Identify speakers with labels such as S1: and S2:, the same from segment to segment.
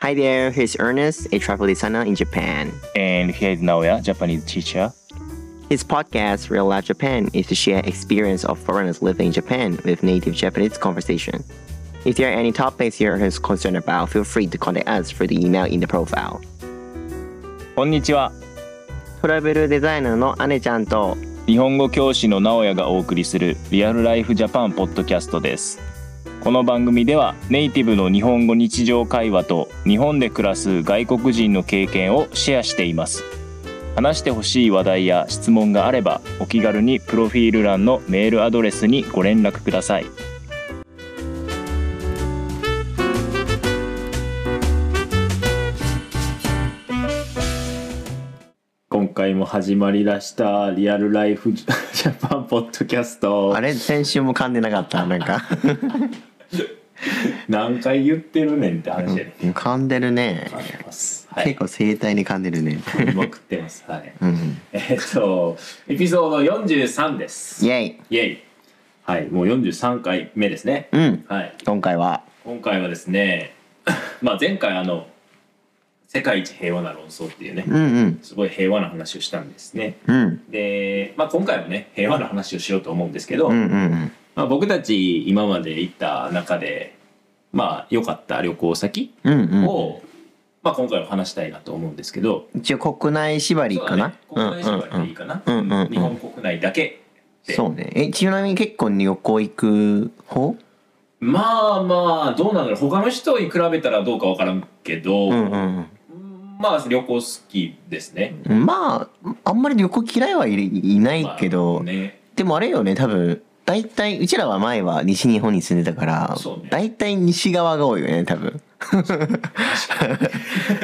S1: Hi there, here's Ernest, a travel designer in Japan.
S2: And here is Naoya, Japanese teacher.
S1: His podcast, Real Life Japan, is to share experience of foreigners living in Japan with native Japanese conversation. If there are any topics you're concerned about, feel free to contact us through the email in the profile.
S2: こんにちは。
S1: トラベルデザイナーの姉ちゃんと
S2: 日本語教師の直哉がお送りするリアルライフジャパンポッドキャストです。この番組ではネイティブの日本語日常会話と日本で暮らす外国人の経験をシェアしています。話してほしい話題や質問があればお気軽にプロフィール欄のメールアドレスにご連絡ください。
S3: 今回も始まりだしたリアルライフジャパンポッドキャスト
S1: あれ先週も噛んでなかったなんか
S3: 何回言ってるねんって話やね
S1: 噛んでるね
S3: ん、ありますはい
S1: 結構盛大に噛んでるね
S3: まくってますはい
S1: うん
S3: えっとエピソード43です
S1: イ
S3: イ
S1: ェイ
S3: ェイはいもう43回目ですね
S1: うん
S3: はい
S1: 今回は
S3: 今回はですね まあ前回あの世界一平和な論争っていうね
S1: うんうん
S3: すごい平和な話をしたんですね
S1: うん
S3: で、まあ、今回もね平和な話をしようと思うんですけど、
S1: うんうん
S3: まあ、僕たち今まで行った中でまあ良かった旅行先
S1: うんうんうん
S3: を、まあ、今回は話したいなと思うんですけど
S1: 一応国内縛りかな
S3: そうだね、国内縛りでいいかな、
S1: うんうんうん
S3: 日本国内だけで
S1: そうねえちなみに結構旅行行く方
S3: まあまあどうなんだろう他の人に比べたらどうかわからんけど、
S1: うんうん
S3: まあ旅行好きですね。
S1: うんまああんまり旅行嫌いはいいないけど、
S3: まあね、
S1: でもあれよね多分大体うちらは前は西日本に住んでたから、
S3: そうね
S1: 大体西側が多いよね多分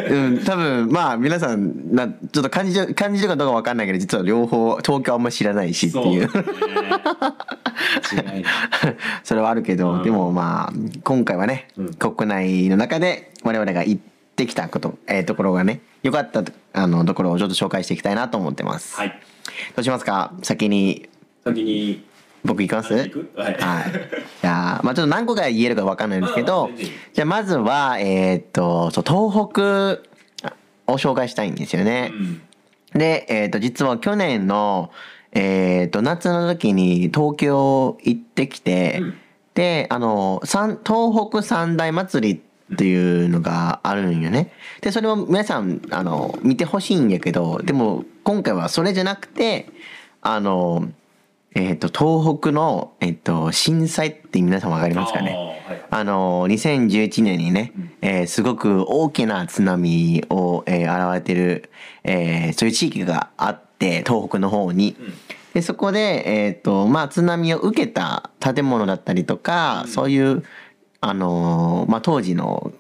S1: うん多分まあ皆さんなちょっと感じる感じるかどうか分かんないけど実は両方東京あんま知らないしって
S3: そう
S1: いう
S3: ね違い ない
S1: それはあるけど、
S3: うん
S1: でもまあ今回はね、
S3: うん
S1: 国内の中で我々が行ってきたこと、えーところがね良かったとあのところをちょっと紹介していきたいなと思ってます、
S3: はい
S1: どうしますか先に
S3: 先に
S1: 僕行きます
S3: 行くはい
S1: はい。じゃあ、まあちょっと何個か言えるかわかんないんですけど
S3: まあまあ全然いい、
S1: じゃあまずは、えーっと、そう東北を紹介したいんですよね。
S3: うん
S1: で、えーっと、実は去年の、えーっと、夏の時に東京行ってきて、
S3: うん
S1: で、あの、三東北三大祭りっていうのがあるんよね。で、それを皆さん、あの、見てほしいんやけど、でも今回はそれじゃなくて、あの、えっ、と、東北の、えっ、と、震災って皆さんわかりますかね
S3: あーはい
S1: あの2011年にね、えーすごく大きな津波を、えー現れてる、えーそういう地域があって東北の方に。
S3: ん
S1: でそこで、えーとまあ、津波を受けた建物だったりとか、そういう、あのーまあ、当時の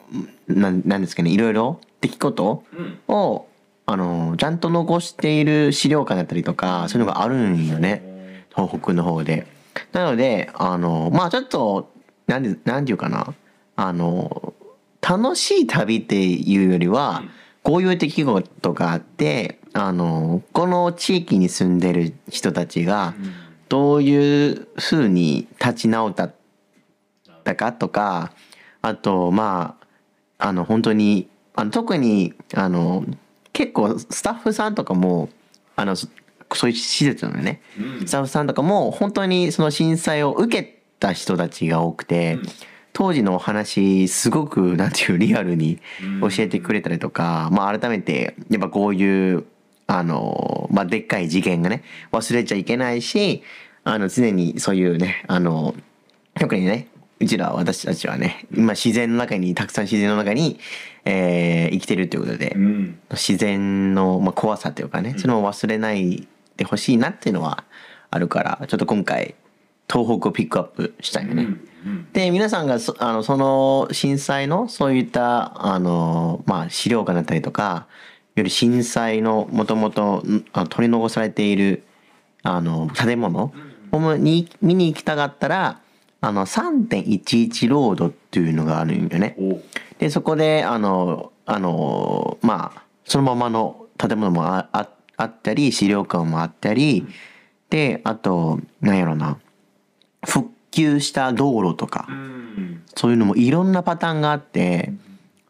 S1: なんなんですかねいろいろ出来事
S3: うん
S1: を、あのーちゃんと残している資料館だったりとかそういうのがあるんよね。東北の方で。なので、あの、まあちょっと、なんで、なんていうかな、あの、楽しい旅っていうよりは
S3: うん、
S1: こういう出来事があって、あの、この地域に住んでる人たちが、
S3: うん
S1: どういうふうに立ち直ったったかとかあとまああの本当にあの特にあの結構スタッフさんとかもあのそそういう施設のね、
S3: うん
S1: スタッフさんとかも本当にその震災を受けた人たちが多くて、当時のお話すごくなんていうリアルに教えてくれたりとか、まあ、改めてやっぱこういうあの、まあ、でっかい事件がね忘れちゃいけないしあの常にそういうねあの特にねうちら私たちはね今自然の中にたくさん自然の中に、えー生きてるということで、
S3: うん
S1: 自然の、まあ、怖さというかね、それを忘れないでほしいなっていうのはあるからちょっと今回東北をピックアップしたいよね。
S3: うん
S1: で皆さんがそあのその震災のそういったあの、まあ、資料館だったりとかより震災のもともと取り残されているあの建物をに見に行きたかったらあの3.11ロードっていうのがあるんよね。
S3: おう
S1: でそこであのあのまあそのままの建物もあああったり資料館もあったり、であとなんやろな復旧した道路とか、
S3: うん
S1: そういうのもいろんなパターンがあって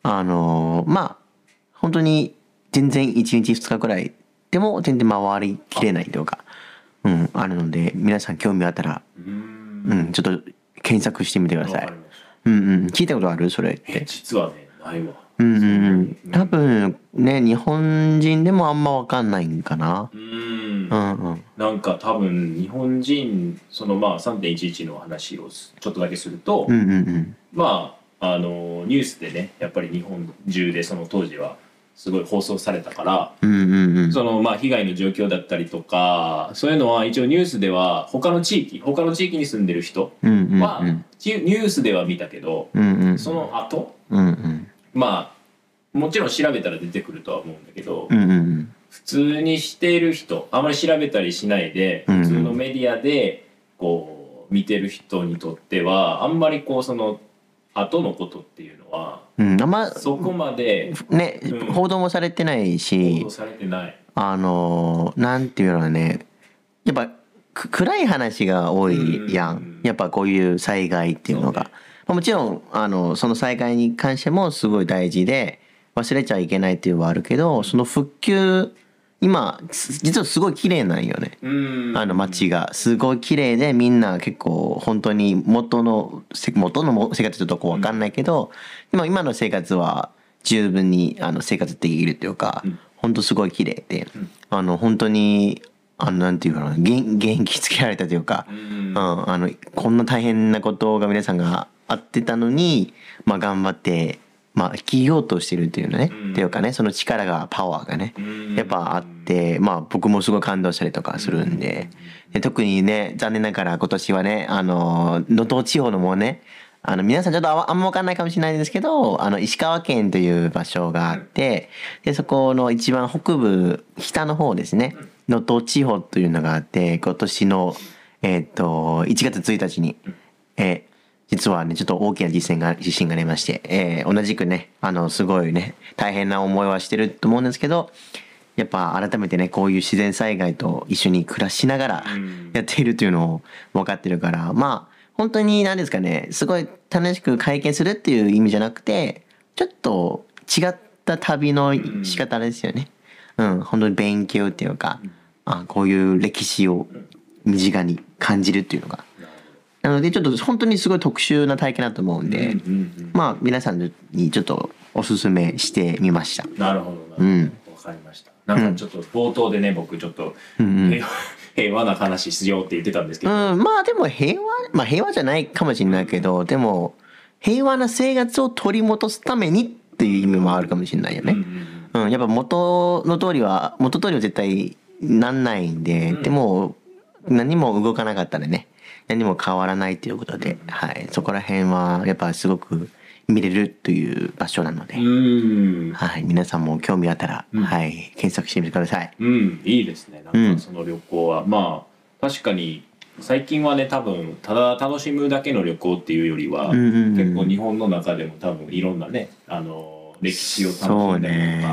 S1: あのーまあ本当に全然1日2日くらいでも全然回りきれないとか、うん、あるので皆さん興味あったら、
S3: うーん
S1: うん、ちょっと検索してみてくだ
S3: わ
S1: さ
S3: か
S1: い
S3: り。ました
S1: うんうん、聞いたことあるそれっ
S3: え
S1: て。
S3: 実はねないわ
S1: うんうんうん、
S3: そう
S1: 多分ね日本人でもあんま分かんないんかな
S3: う。ん
S1: うんうん
S3: なんか多分日本人そのまあ3.11の話をすちょっとだけすると、
S1: うんうんうん
S3: まああのニュースでねやっぱり日本中でその当時はすごい放送されたから、
S1: うんうんうん。
S3: そのまあ被害の状況だったりとかそういうのは一応ニュースでは他の地域他の地域に住んでる人
S1: うんうんうん
S3: は、ニュニュースでは見たけど
S1: うんうん
S3: その後
S1: うんうん
S3: まあもちろん調べたら出てくるとは思うんだけど、
S1: うんうん
S3: 普通にしている人あまり調べたりしないで
S1: うん
S3: 普通のメディアでこう見てる人にとってはあんまりこうその後のことっていうのは
S1: うんあんま
S3: そこまで
S1: ね
S3: うん
S1: 報道もされてない
S3: 報
S1: し
S3: 道されてない。
S1: あのーなんていうのかねやっぱく暗い話が多いや
S3: うんん
S1: やっぱこういう災害っていうのが
S3: そうね
S1: まあもちろんあのその災害に関してもすごい大事で忘れちゃいけないっていうのはあるけどその復旧今す実はすごい綺麗なんよね。
S3: うん
S1: あの街がすごい綺麗でみんな結構本当に元のせ元のも生活ちょっとこう分かんないけど、でも今の生活は十分にあの生活できるというか、
S3: うん
S1: 本当すごい綺麗で、
S3: うん
S1: あの本当にあのなんていうかな元元気つけられたというか、
S3: うん
S1: うん、あのこんな大変なことが皆さんがあってたのに、まあ、頑張って、まあ、生きようとしてるっていうのね、
S3: うん
S1: っていうかねその力がパワーがね、
S3: うん
S1: やっぱあって、まあ、僕もすごい感動したりとかするんで,、で特にね残念ながら今年はねあの能登地方のもうねあの皆さんちょっとあわあんま分かんないかもしれないんですけどあの石川県という場所があってでそこの一番北部北の方ですね能登地方というのがあって今年の、えっと1月1日に、えー実はねちょっと大きな地震が地震がありまして、えー同じくねあのすごいね大変な思いはしてると思うんですけどやっぱ改めてねこういう自然災害と一緒に暮らしながら
S3: うん
S1: やっているというのを分かってるからまあ本当に何ですかねすごい楽しく会見するっていう意味じゃなくてちょっと違った旅の仕方ですよね。うん、本当に勉強っていうかあこういう歴史を身近に感じるっていうのが
S3: なる
S1: なのでちょっと本当にすごい特殊な体験だと思うんで、
S3: ほどうんうん
S1: まあ皆さんにちょっとおすすめしてみました。
S3: なるほどなるほど、
S1: うん
S3: わかりましたなんかちょっと冒頭でね僕ちょっと
S1: うんうん
S3: 平和平和な話しようって言ってたんですけ
S1: う
S3: ど、
S1: ん、まあでも平和、まあ平和じゃないかもしれないけど、でも平和な生活を取り戻すためにっていう意味もあるかもしれないよ
S3: うん
S1: ね
S3: う。ん
S1: うん、やっぱ元の通りは、元通りは絶対なんないんで、
S3: うん
S1: でも何も動かなかったらね、何も変わらないということで、はい、そこら辺はやっぱすごく見れるという場所なので
S3: う、ん
S1: はい、皆さんも興味あったら、
S3: うん
S1: はい、検索してみてください。
S3: うん、いいですね。な
S1: うんん
S3: かその旅行は、まあ確かに最近はね多分ただ楽しむだけの旅行っていうよりは、
S1: うんうんうん
S3: 結構日本の中でも多分いろんなねあの歴史を楽しんだりと
S1: そう
S3: か、
S1: ね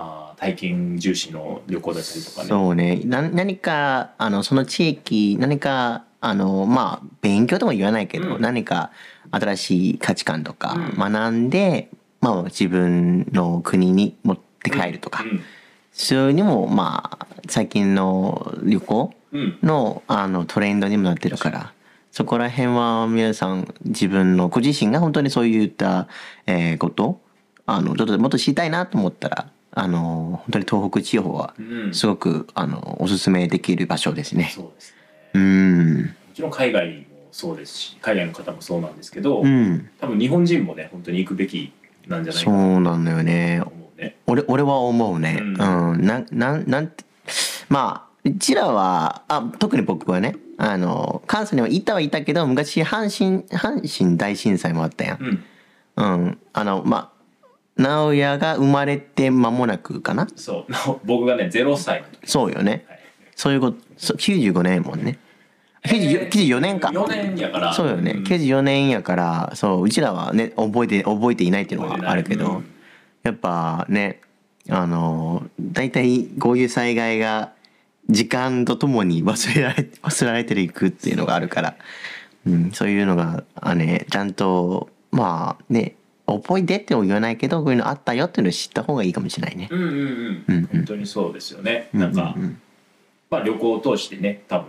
S3: あー体験重視の旅行だったりとかね。
S1: そうねな何かあのその地域何かあのまあ勉強とも言わないけど、
S3: うん
S1: 何か新しい価値観とか
S3: う
S1: 学んで、まあ、自分の国に持って帰るとか、そういうにもまあ最近の旅行
S3: うん、うん、
S1: のあのトレンドにもなってるからそこら辺は皆さん自分のご自身が本当にそういった、えーことあのちょっともっと知りたいなと思ったらあの本当に東北地方は
S3: うん
S1: すごくあのおすすめできる場所ですね。
S3: そうですね。
S1: うん、
S3: もちろん海外もそうですし、海外の方もそうなんですけど、
S1: うん、
S3: 多分日本人もね本当に行くべきなんじゃない
S1: そ
S3: かな
S1: うなんだよね
S3: と。思うね。
S1: 俺俺は思うね。う、
S3: うんん
S1: なんなんなんてまあうちらはあ特に僕はねあの関西にはいたはいたけど昔阪神阪神大震災もあったやん
S3: う。ん、
S1: うん、あのまあ直哉が生まれて間もなくかな。
S3: そう。 僕がねゼロ歳の時。
S1: そうよね。
S3: はい
S1: そういうことそう95年やもんね。94 94年か。
S3: 4年やから
S1: そうよね、
S3: ん
S1: 94年やからそううちらはね覚えて覚えていないっていうのはあるけど、
S3: 覚えてないうん
S1: やっぱねあの大体こういう災害が時間とともに忘れられ忘れられていくっていうのがあるからそう,、ん、そういうのがあ、ね、ちゃんとまあね覚えてっても言わないけどこういうのあったよっていうのを知った方がいいかもしれないね。
S3: うんうん
S1: う
S3: うん
S1: うんん
S3: 本当にそうですよねなんか
S1: ううん
S3: まあ旅行を通してね多分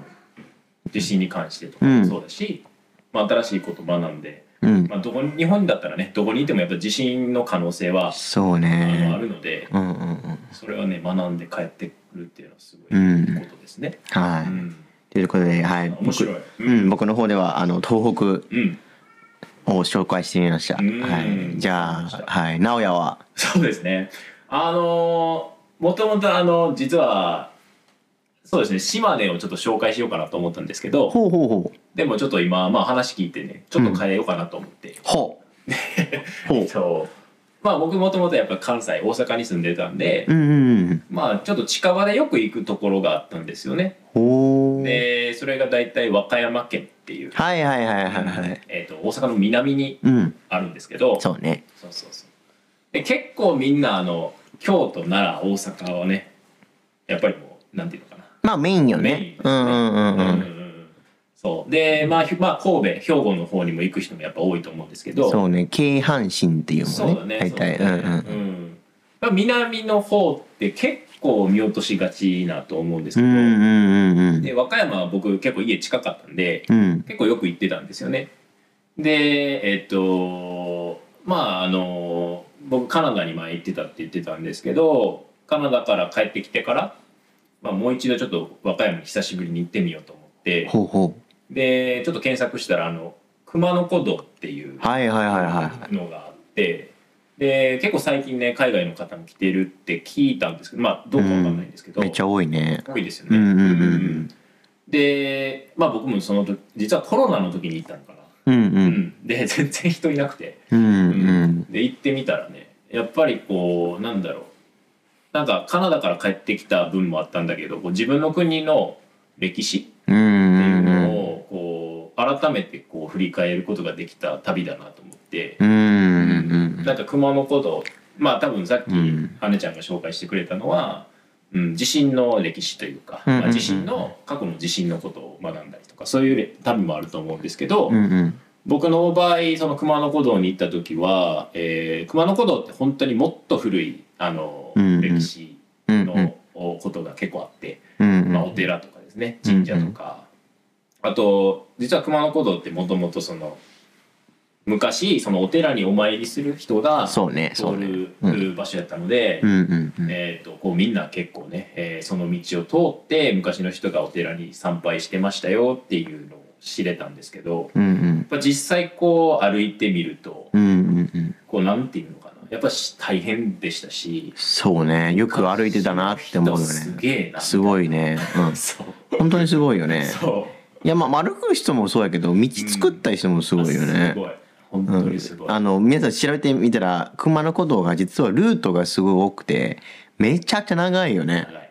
S3: 地震に関してとか
S1: うん
S3: もそうだしまあ新しいこと学んで
S1: うん、
S3: まあどこに日本だったらねどこにいてもやっぱ地震の可能性は
S1: そう
S3: あのあ
S1: ね。
S3: るので
S1: うんうんうん。
S3: それはね学んで帰ってくるっていうのはすご
S1: うん
S3: いいいことですね。
S1: は
S3: う
S1: い。
S3: ん
S1: ということで、はい。
S3: 面白い。
S1: 僕うん、僕の方ではあの東北
S3: うん
S1: を紹介してみました。
S3: うん
S1: はい。じゃ
S3: わかりま
S1: あ
S3: し、た
S1: はい。直哉は、
S3: そうですね。あのー、もともとあの、実は、そうですね、島根をちょっと紹介しようかなと思ったんですけど、
S1: ほうほうほう。
S3: でもちょっと今、まあ話聞いてね、ちょっと変えようかなと思って。
S1: ほう。 ほ
S3: えっと、まあ僕もともとやっぱ関西、大阪に住んでたんで、
S1: う。うんうんうん。
S3: まあちょっと近場でよく行くところがあったんですよね。
S1: ほう。
S3: で、それが大体和歌山県っていう、
S1: はいはいはいはいはい。
S3: えっと、大阪の南に
S1: うん。
S3: あるんですけど、
S1: そうね。
S3: そうそうそうで結構みんなあの京都奈良大阪はねやっぱりもうなんていうのかな
S1: まあメインよ
S3: メ
S1: ね
S3: イン。
S1: うんうんうんう。
S3: うんうんんそうで、まあ、ひまあ神戸兵庫の方にも行く人もやっぱ多いと思うんですけど
S1: そうね。京阪神っていう
S3: そう
S1: も
S3: だ
S1: んね。
S3: ね
S1: 大体。
S3: そううんだ
S1: う
S3: ね
S1: ん。
S3: うんまあ南の方って結構見落としがちなと思うんです
S1: う
S3: けど、
S1: んうんうんうん。
S3: で和歌山は僕結構家近かったんで
S1: うん。
S3: 結構よく行ってたんですよね。でえっとまああの僕カナダに前行ってたって言ってたんですけどカナダから帰ってきてから、まあ、もう一度ちょっと和歌山に久しぶりに行ってみようと思って
S1: ほうほう。
S3: でちょっと検索したらあの熊野古道っていう
S1: はいはいはいは
S3: のがあって。で結構最近ね海外の方も来てるって聞いたんですけどまあどうかわかんないんですけ
S1: い。
S3: ど、
S1: めっちゃ多いね。
S3: 多いですよね。
S1: うんうんうんうん
S3: で、まあ、僕もその時実はコロナの時に行ったのかな。
S1: うんう。
S3: うんん、で 全然人いなくて、
S1: うんうん。
S3: で行ってみたらねやっぱりこうなんだろうなんかカナダから帰ってきた分もあったんだけどこう自分の国の歴史
S1: うんう
S3: っていうん
S1: う
S3: の
S1: ん。
S3: をこう改めてこう振り返ることができた旅だなと思って、
S1: うんうんうん。
S3: なんか熊野古道まあ多分さっき
S1: うん
S3: 羽根ちゃんが紹介してくれたのは、うん、地震の歴史というか、
S1: うんうんうん
S3: まあ、地震の過去の地震のことを学んだりとかそういう旅もあると思うんですけど、
S1: うんうん。
S3: 僕の場合その熊野古道に行った時は、えー熊野古道って本当にもっと古いあの、
S1: うんうん
S3: 歴史
S1: うんうん。
S3: のことが結構あって、
S1: うんうん
S3: まあ、お寺とかですね神社とか、あと実は熊野古道ってもともとその昔そのお寺にお参りする人が通
S1: そうね、そうね
S3: る。
S1: うん
S3: 場所やったので、
S1: うんうんうん。
S3: えー、とこうみんな結構ね、えーその道を通って昔の人がお寺に参拝してましたよっていうのを知れたんですけど。
S1: うんうん。
S3: やっぱ実際こう歩いてみると
S1: うんうんうん。
S3: こうなんていうのかなやっぱし大変でしたし
S1: そうね、よく歩いてたなって思うよ
S3: 人す
S1: ね。
S3: げえな
S1: すごいね。う。
S3: そうん
S1: 本当にすごいよね。
S3: そ
S1: い
S3: う
S1: や、まあ、歩く人もそうやけど、道作った人もすごいよね
S3: す。ごい本
S1: う
S3: 当
S1: ん
S3: にすごい、
S1: あの皆さん調べてみたら熊野古道が実はルートがすごい多くてめちゃくちゃ長いよね。
S3: 長い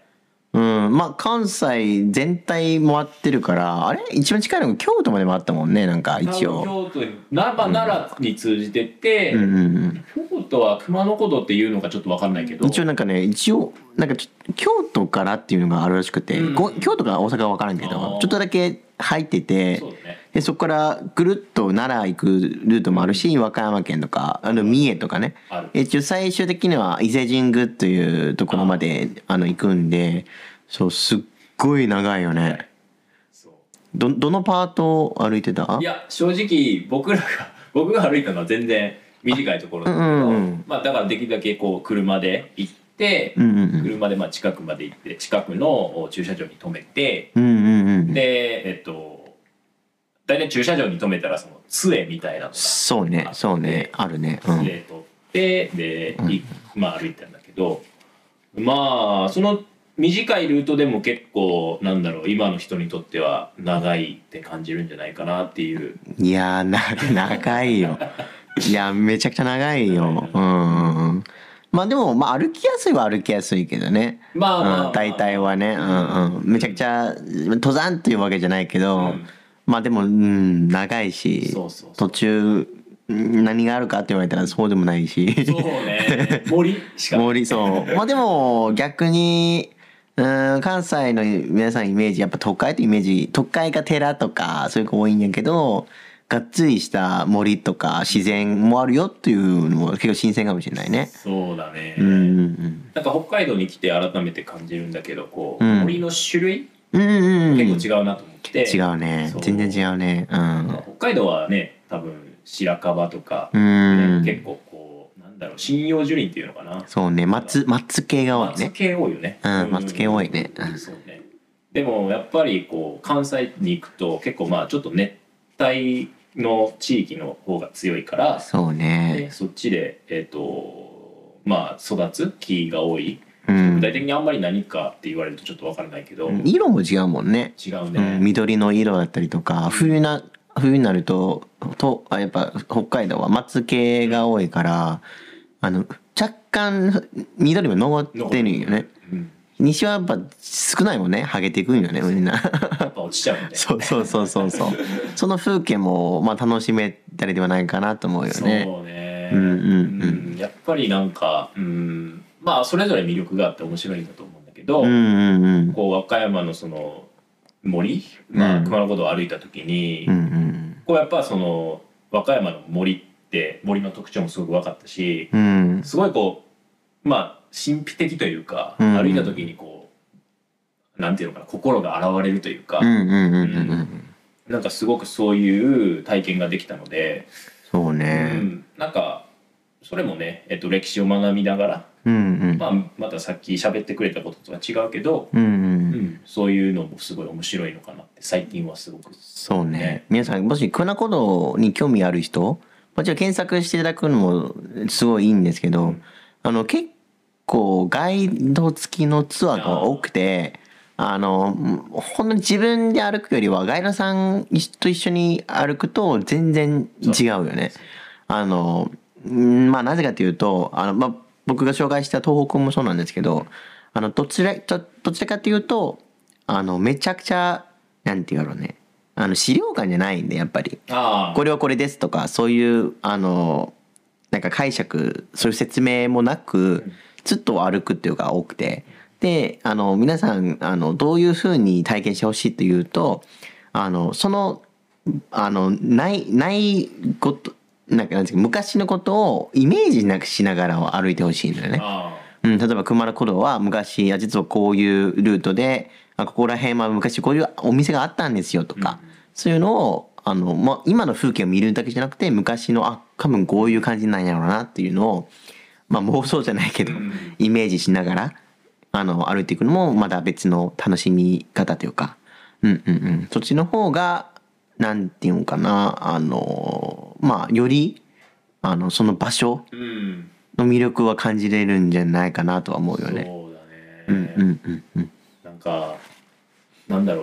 S1: うん、まあ関西全体回ってるからあれ一番近いのが京都まで回ったもんねなんか一応。
S3: 多分京都にな、まあ、奈良に通じてって、
S1: うんうんうん
S3: 京都は熊野古道っていうのかちょっと分かんないけど
S1: 一応なんかね一応なんかちょ京都からっていうのがあるらしくて、
S3: うん
S1: ご京都から大阪は分からんけどち
S3: あ
S1: ょ
S3: ー
S1: っとだけ入ってて
S3: そうだね
S1: でそこからぐるっと奈良行くルートもあるし和歌山県とかあの三重とかね
S3: ある
S1: 一応最終的には伊勢神宮というところまであの行くんでそうすっごい長いよね
S3: そう
S1: どどのパートを歩いてた
S3: いや正直僕らが 僕が歩いたのは全然短いところだけど、
S1: うんうんうん
S3: まあ、だからできるだけこう車で行って、
S1: うんうんうん
S3: 車でまあ近くまで行って近くのお駐車場に止めて
S1: うんうんうん
S3: でえっと大体駐車場に止めたらその杖みたいなのが
S1: そうねそうねあるねうん
S3: 杖取ってで、
S1: うん
S3: いまあ歩いたんだけどまあその短いルートでも結構なんだろう今の人にとっては長いって感じるんじゃないかなっていう
S1: いやーな長いよいやめちゃくちゃ長いようんうんうんまあでも、まあ、歩きやすいは歩きやすいけどね
S3: まあまあまあ
S1: うん、大体はね、うんうん、めちゃくちゃ登山っていうわけじゃないけど、
S3: うん
S1: まあでも、うん、長いし
S3: そうそうそ
S1: 途
S3: う
S1: 中ん何があるかって言われたらそうでもないし
S3: そう ね森しかない
S1: 森 そうまあでも逆にうん関西の皆さんイメージやっぱ都会ってイメージ都会が寺とかそういう子多いんやけどがっつりした森とか自然もあるよっていうのも結構新鮮かもしれないね。
S3: そうだね、
S1: うんうん
S3: なんか北海道に来て改めて感じるんだけどこう、
S1: うん
S3: 森の種類
S1: うん。うんうんうん。
S3: 結構違うなと思って、
S1: 違うね
S3: そう
S1: 全然違うねう
S3: まあ
S1: ん
S3: 北海道はね多分白樺とか、
S1: う
S3: ね
S1: ん
S3: 結構こうなんだろう針葉樹林っていうのかな
S1: そうね松松系が多い
S3: 松
S1: ね
S3: 系多いよね
S1: うん松系多いねうん
S3: そうねでもやっぱりこう関西に行くと結構まあちょっと熱帯の地域の方が強いから
S1: そう
S3: で
S1: ね
S3: そっちでえっ、とまあ育つ木が多い
S1: うん
S3: 具体的にあんまり何かって言われるとちょっと分からないけど、違
S1: 色も違うもんね
S3: う
S1: う
S3: ね、
S1: ん緑の色だったりとか冬な冬になるととあやっぱ北海道は松系が多いからあの若干緑も残ってるんよね
S3: うん
S1: 西はやっぱ少ないもんねハゲていくんよねみんな
S3: やっぱ落ちちゃうよね
S1: そうそうそうそうそうその風景もまあ楽しめたりではないかなと思うよね
S3: そうね。
S1: うんうんうん
S3: うんやっぱりなんか、うん、まあそれぞれ魅力があって面白いんだと思うんだけど、
S1: うんうんうん
S3: こう和歌山のその森、ま
S1: う
S3: あ、
S1: ん
S3: 熊野古道を歩いた時に、
S1: うんうん
S3: こうやっぱその和歌山の森って森の特徴もすごく分かったし、
S1: うん
S3: すごいこうまあ神秘的というか、
S1: うん
S3: 歩いた時にこうなんていうのかな心が洗われるというか、
S1: うんうんうんうんうん
S3: なんかすごくそういう体験ができたので。
S1: そう
S3: う
S1: ね
S3: ん、なんかそれもね、えっと、歴史を学びながら、
S1: うんうん
S3: まあ、またさっき喋ってくれたこととは違うけど、
S1: うんう
S3: うんん、そういうのもすごい面白いのかなって最近はすごく
S1: そうね
S3: ね
S1: 皆さんもし熊古道に興味ある人もちろん検索していただくのもすごいいいんですけどあの結構ガイド付きのツアーが多くてあのほんの自分で歩くよりはガイドさんと一緒に歩くと全然違うよね。あのんまあなぜかというとあの、まあ、僕が紹介した東北もそうなんですけどあのどちらどどちらかというとあのめちゃくちゃなんて言うだろうねあの資料館じゃないんでやっぱり
S3: あ
S1: これはこれですとかそういうあのなんか解釈そういう説明もなくずっと歩くっていうのが多くてであの皆さんあのどういうふうに体験してほしいというとあのそのあのないないことなんかなんていうか昔のことをイメージなくしながら歩いてほしいのよね。
S3: あ
S1: うん、例えば熊野古道は昔あ実はこういうルートであここら辺は昔こういうお店があったんですよとか、そういうのをあの、まあ、今の風景を見るだけじゃなくて昔のあ多分こういう感じなんやろうなっていうのを、まあ、妄想じゃないけど、
S3: うん
S1: イメージしながらあの歩いていくのもまた別の楽しみ方というか、うんうんうん、そっちの方がなんていうのかなあのまあよりあのその場所
S3: うん
S1: の魅力は感じれるんじゃないかなとは思う
S3: そ
S1: よ
S3: うだ
S1: ね。
S3: ね、
S1: うんうんうんうん
S3: なんかなんだろ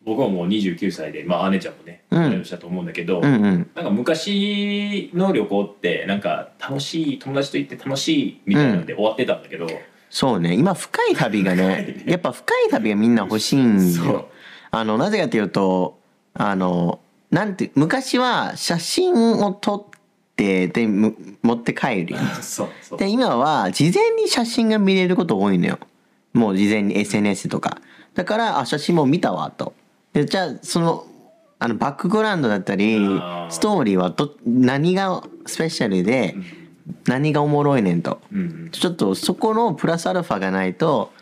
S3: う僕はもう29歳でまあ姉ちゃんもね
S1: うん
S3: 同い年だと思うんだけど、
S1: うんうん
S3: なんか昔の旅行ってなんか楽しい友達と行って楽しいみたいなんで終わってたんだけど、
S1: そうね今深い旅がねやっぱ深い旅がみんな欲しいん
S3: そ
S1: よ
S3: う。
S1: あのなぜかというとあのなんて昔は写真を撮ってでむ持って帰るやん
S3: そうそう
S1: で今は事前に写真が見れること多いのよもう事前に SNS とかだからあ写真も見たわとでじゃあそのあのバックグラウンドだったり
S3: あー
S1: ストーリーはど何がスペシャルで何がおもろいねんと
S3: うんうん
S1: ちょっとそこのプラスアルファがないと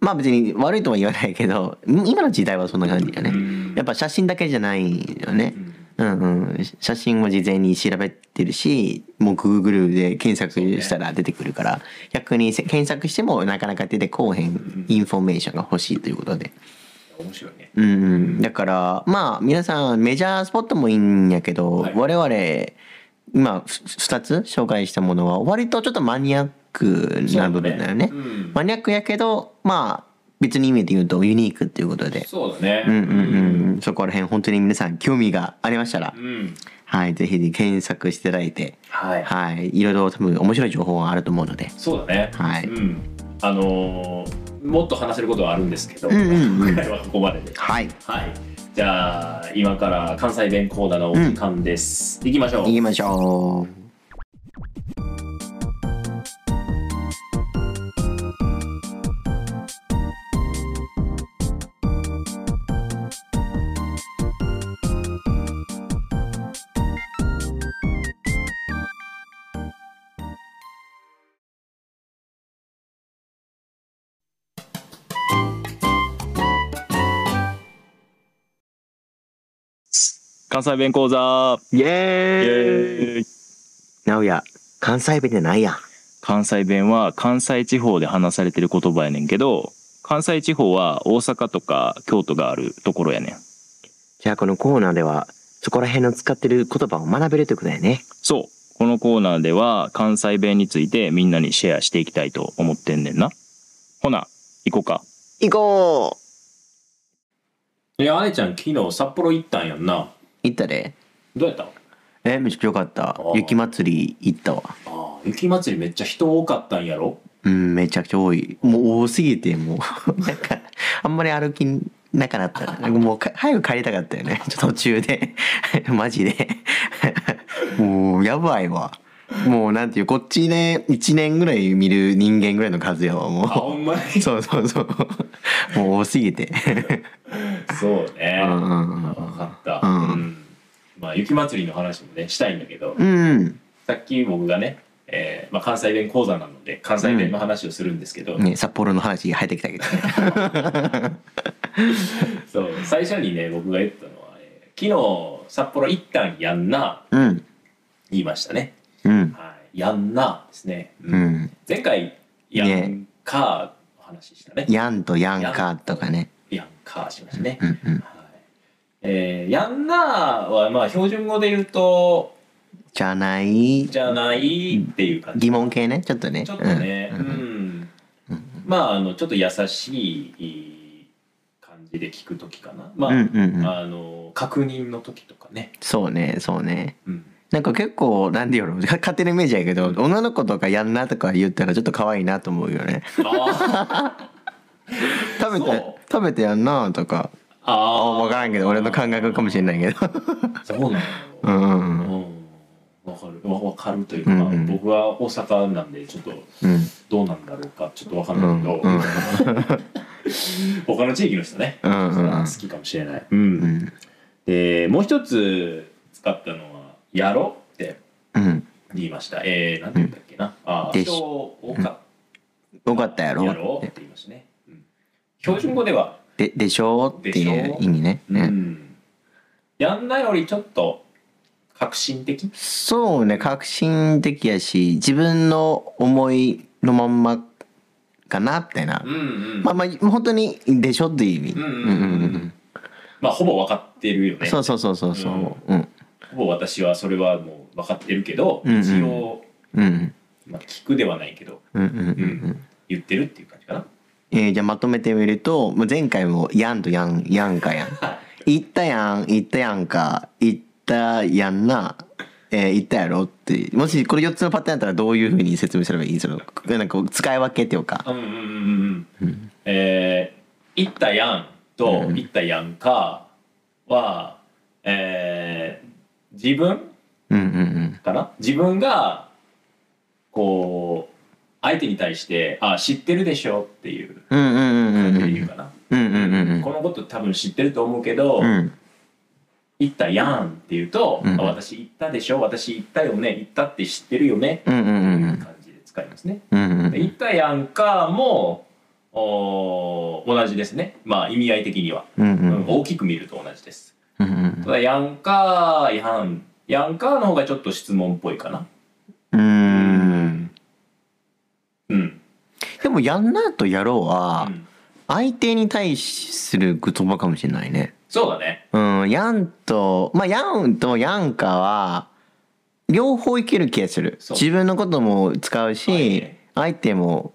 S1: まあ別に悪いとは言わないけどん今の時代はそんな感じだよね
S3: ん
S1: やっぱ写真だけじゃないよね
S3: ん
S1: うんうん写真を事前に調べてるしもう Google で検索したら出てくるから、逆にせ検索してもなかなか出てこうへんインフォメーションが欲しいということで
S3: 面白いね
S1: うんうんだからまあ皆さんメジャースポットもいいんやけど、
S3: はい
S1: 我々今2つ紹介したものは割とちょっとマニアックな部分だよね
S3: そうだねうん
S1: マニアックやけどまあ別の意味で言うとユニークっていうことで
S3: そうだね。
S1: うんうんうんそこら辺本当に皆さん興味がありましたら、
S3: うん。
S1: はいぜひ検索していただいて
S3: はい。
S1: はいいろいろ多分面白い情報があると思うので
S3: そうだね。
S1: はい
S3: うん。あのーもっと話せることはあるんですけど、
S1: うんうんうん
S3: 今回はここまでで。
S1: はい
S3: はい。じゃあ今から関西弁講座のお時間です。行きましょう
S1: 行。きましょう
S3: 関西弁講座
S1: イエ
S3: イエ
S1: ーイ
S3: ーイ
S1: 直哉関西弁じゃないやん
S3: 関西弁は関西地方で話されてる言葉やねんけど関西地方は大阪とか京都があるところやねん
S1: じゃあこのコーナーではそこら辺の使ってる言葉を学べるということだよね
S3: そうこのコーナーでは関西弁についてみんなにシェアしていきたいと思ってんねんなほな行こうか
S1: 行こう
S4: いやあれちゃん昨日札幌行ったんやんな
S1: 行ったで
S4: どうやったあ
S1: えめっちゃよかった
S4: ー
S1: 雪祭り行ったわ
S4: あ雪祭りめっちゃ人多かったんやろ
S1: うんめちゃくちゃ多いもう多すぎてもう なんかあんまり歩きなくなったもうか早く帰りたかったよねちょっと途中で マジで もうやばいわもうなんていうこっちね1年ぐらい見る人間ぐらいの数やわ
S4: あほ
S1: も
S4: んま
S1: う
S4: に
S1: そうそうそうもう多すぎ て
S4: そうね
S1: うんう
S4: 分
S1: んうん
S4: かった
S1: うん
S4: うんまあ雪祭りの話もねしたいんだけど
S1: うん
S4: さっき僕がね、えーまあ、関西弁講座なので関西弁の話をするんですけど、
S1: ね札幌の話入ってきたけどね
S4: そう最初にね僕が言ったのは、えー昨日札幌行ったんやんな
S1: うん
S4: 言いましたね、
S1: うん
S4: はい、やんなですね、う
S1: うんん
S4: 前回やんかーの話したね
S1: ヤンとヤンカーとかね
S4: やんかーしましたね、
S1: うんうん
S4: はいえーやんなーはまあ標準語で言うと
S1: じゃない
S4: じゃないっていう感じ
S1: 疑問系ねちょっとね
S4: ちょっとね、
S1: う
S4: うんん、
S1: うん
S4: まああのちょっと優しい感じで聞く時かな、まあ、
S1: うんうんうん
S4: あの確認の時とか ね、
S1: そうねそうね
S4: うん、
S1: なんか結構なんでやろう 勝手なイメージやけど女の子とかやんなとか言ったらちょっと可愛いなと思うよ ね
S4: あ
S1: 食べ
S4: そ
S1: て
S4: う
S1: 食べてやんなとか
S4: あ
S1: あ
S4: あ
S1: 分からんけど俺の感覚かもしれないけど
S4: そうなのよ
S1: うんうんうん
S4: うんわかるわわかるというか、
S1: うんうん
S4: 僕は大阪なんでちょっと
S1: うん
S4: どうなんだろうかちょっとわかんないけど、
S1: うん
S4: 他の地域の人ね、
S1: うんうんうん
S4: 好きかもしれない、
S1: う
S4: うん
S1: ん
S4: でもう一つ使ったのは「やろ」って
S1: うん
S4: 言いましたえー、なんて言ったっけな、ああ
S1: でし
S4: 人多かっ
S1: よかったや
S4: た、
S1: ろ
S4: やろって言いましたね、うん、標準語では
S1: ででしょうっていう意味ね
S4: う
S1: ね
S4: ん、やんなよりちょっと革新的
S1: そうね革新的やし自分の思いのまんまかなみたいな
S4: うんうん
S1: まあまあ本当にでしょっていう意味
S4: うんうんうんうんまあほぼ分かってるよね
S1: そうそうそうそうそううん
S4: ほぼ私はそれはもう分かってるけど、
S1: うんうん
S4: 一応、
S1: うん
S4: まあ、聞くではないけど
S1: うんうんうん
S4: 言ってるっていう感じかな
S1: えーじゃあまとめてみるともう前回も「やん」と「やん」「やん かやん」「行ったやん」「行ったやんか」「行ったやんな」えー「行ったやろ」ってもしこれ4つのパターンやったらどういうふうに説明すればいいそのなんかこう使い分けっていうか
S4: うんうんうんうんうんえー「行ったやん」と
S1: う
S4: 「
S1: ん
S4: 行ったやんか」は、えー自分
S1: うんうんうん
S4: かな自分がこう相手に対して「あ知ってるでしょ」っていう
S1: うんうんうんうんう
S4: 感じ
S1: ん
S4: で言うかな、
S1: うんうんうんうん
S4: このこと多分知ってると思うけど「
S1: うん
S4: 行ったやん」って言うと「
S1: うん
S4: あ私行ったでしょ私行ったよね行ったって知ってるよね」
S1: うんうんう
S4: っていうん感じで使いますね。
S1: うんうんうん
S4: で行ったやんかもお同じですねまあ意味合い的には、
S1: うんうん
S4: うん大きく見ると同じです
S1: うんうん
S4: ただやんかやんやんかの方がちょっと質問っぽいかな
S1: うーん
S4: うん、
S1: でも「やんな」と「やろう」は
S4: うん
S1: 相手に対する言葉かもしれないね
S4: そうだね
S1: うん、ヤンと、まあ、ヤンとヤンカは、両方いける気がする。
S4: そう
S1: 自分のことも使う
S4: あいい
S1: し
S4: ね、
S1: 相手も、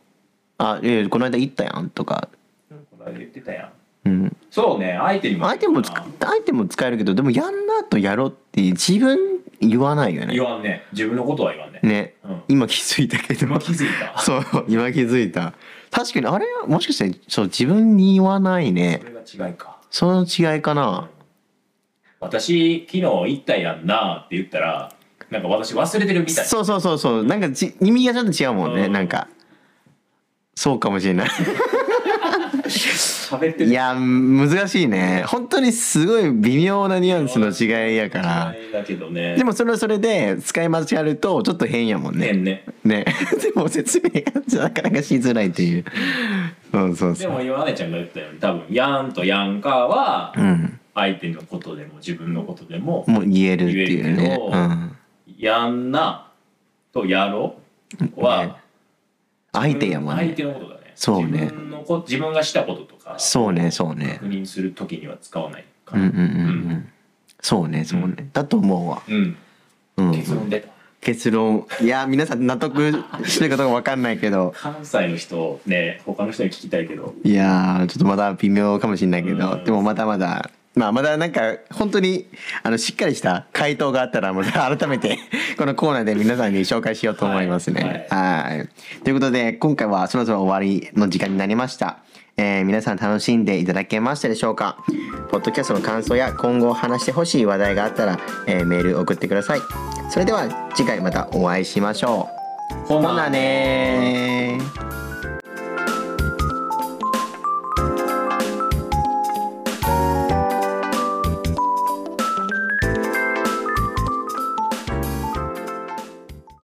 S1: あ、いやこの間行ったやんとか、
S4: この間言ってたやん
S1: うん。
S4: そうね相手にも
S1: 相手もつ、相手も使えるけど、でもやんなとやろうって自分言わないよ
S4: 言
S1: ね。
S4: わんね自分のことは言わんね
S1: ね。
S4: うん、
S1: 今気づいたけど。
S4: 今気づいた
S1: そう、今気づいた。確かに、あれもしかして、そう、自分に言わないね
S4: そ。れが違いか
S1: その違いかな。
S4: 私昨日行ったやんなって言ったらなんか私忘れてるみたい
S1: そうそうそうそうなんかち意味がちょっと違うもんね、
S4: うん
S1: なんかそうかもしれない
S4: 喋ってる
S1: いや難しいね本当にすごい微妙なニュアンスの違いやから
S4: 嫌いだけどね
S1: でもそれはそれで使い間違えるとちょっと変やもん
S4: ね
S1: ね
S4: んね
S1: ね でも説明がなかなかしづらいっていうそうそう
S4: で
S1: そう
S4: も今姉ちゃんが言ったように多分「やん」と「やんか」は
S1: うん
S4: 相手のことでも自分のことでも
S1: もう言えるっていう
S4: 言える
S1: ね
S4: けど
S1: うん
S4: やんなとやろう
S1: ね
S4: は
S1: 相手やもん
S4: 相
S1: ね
S4: 手のことだね
S1: そうね
S4: 自分のこ自分がしたこととか
S1: そうねそうね
S4: 確認する時には使わないか
S1: うん
S4: ら
S1: うんうんうんそうねそうね、だと思うわ、
S4: うん
S1: うん、
S4: 結論出た
S1: 結論いや皆さん納得してるかどうか分かんないけど
S4: 関西の人ね他の人に聞きたいけど
S1: いやーちょっとまだ微妙かもしれないけど、
S4: うん
S1: でもまだまだまあまだなんか本当にあのしっかりした回答があったらまた改めてこのコーナーで皆さんに紹介しようと思いますね。はい、ということで今回はそろそろ終わりの時間になりました。えー皆さん楽しんでいただけましたでしょうかポッドキャストの感想や今後話してほしい話題があったら、えーメール送ってください。それでは次回またお会いしましょう。
S4: ほ
S1: ほなねー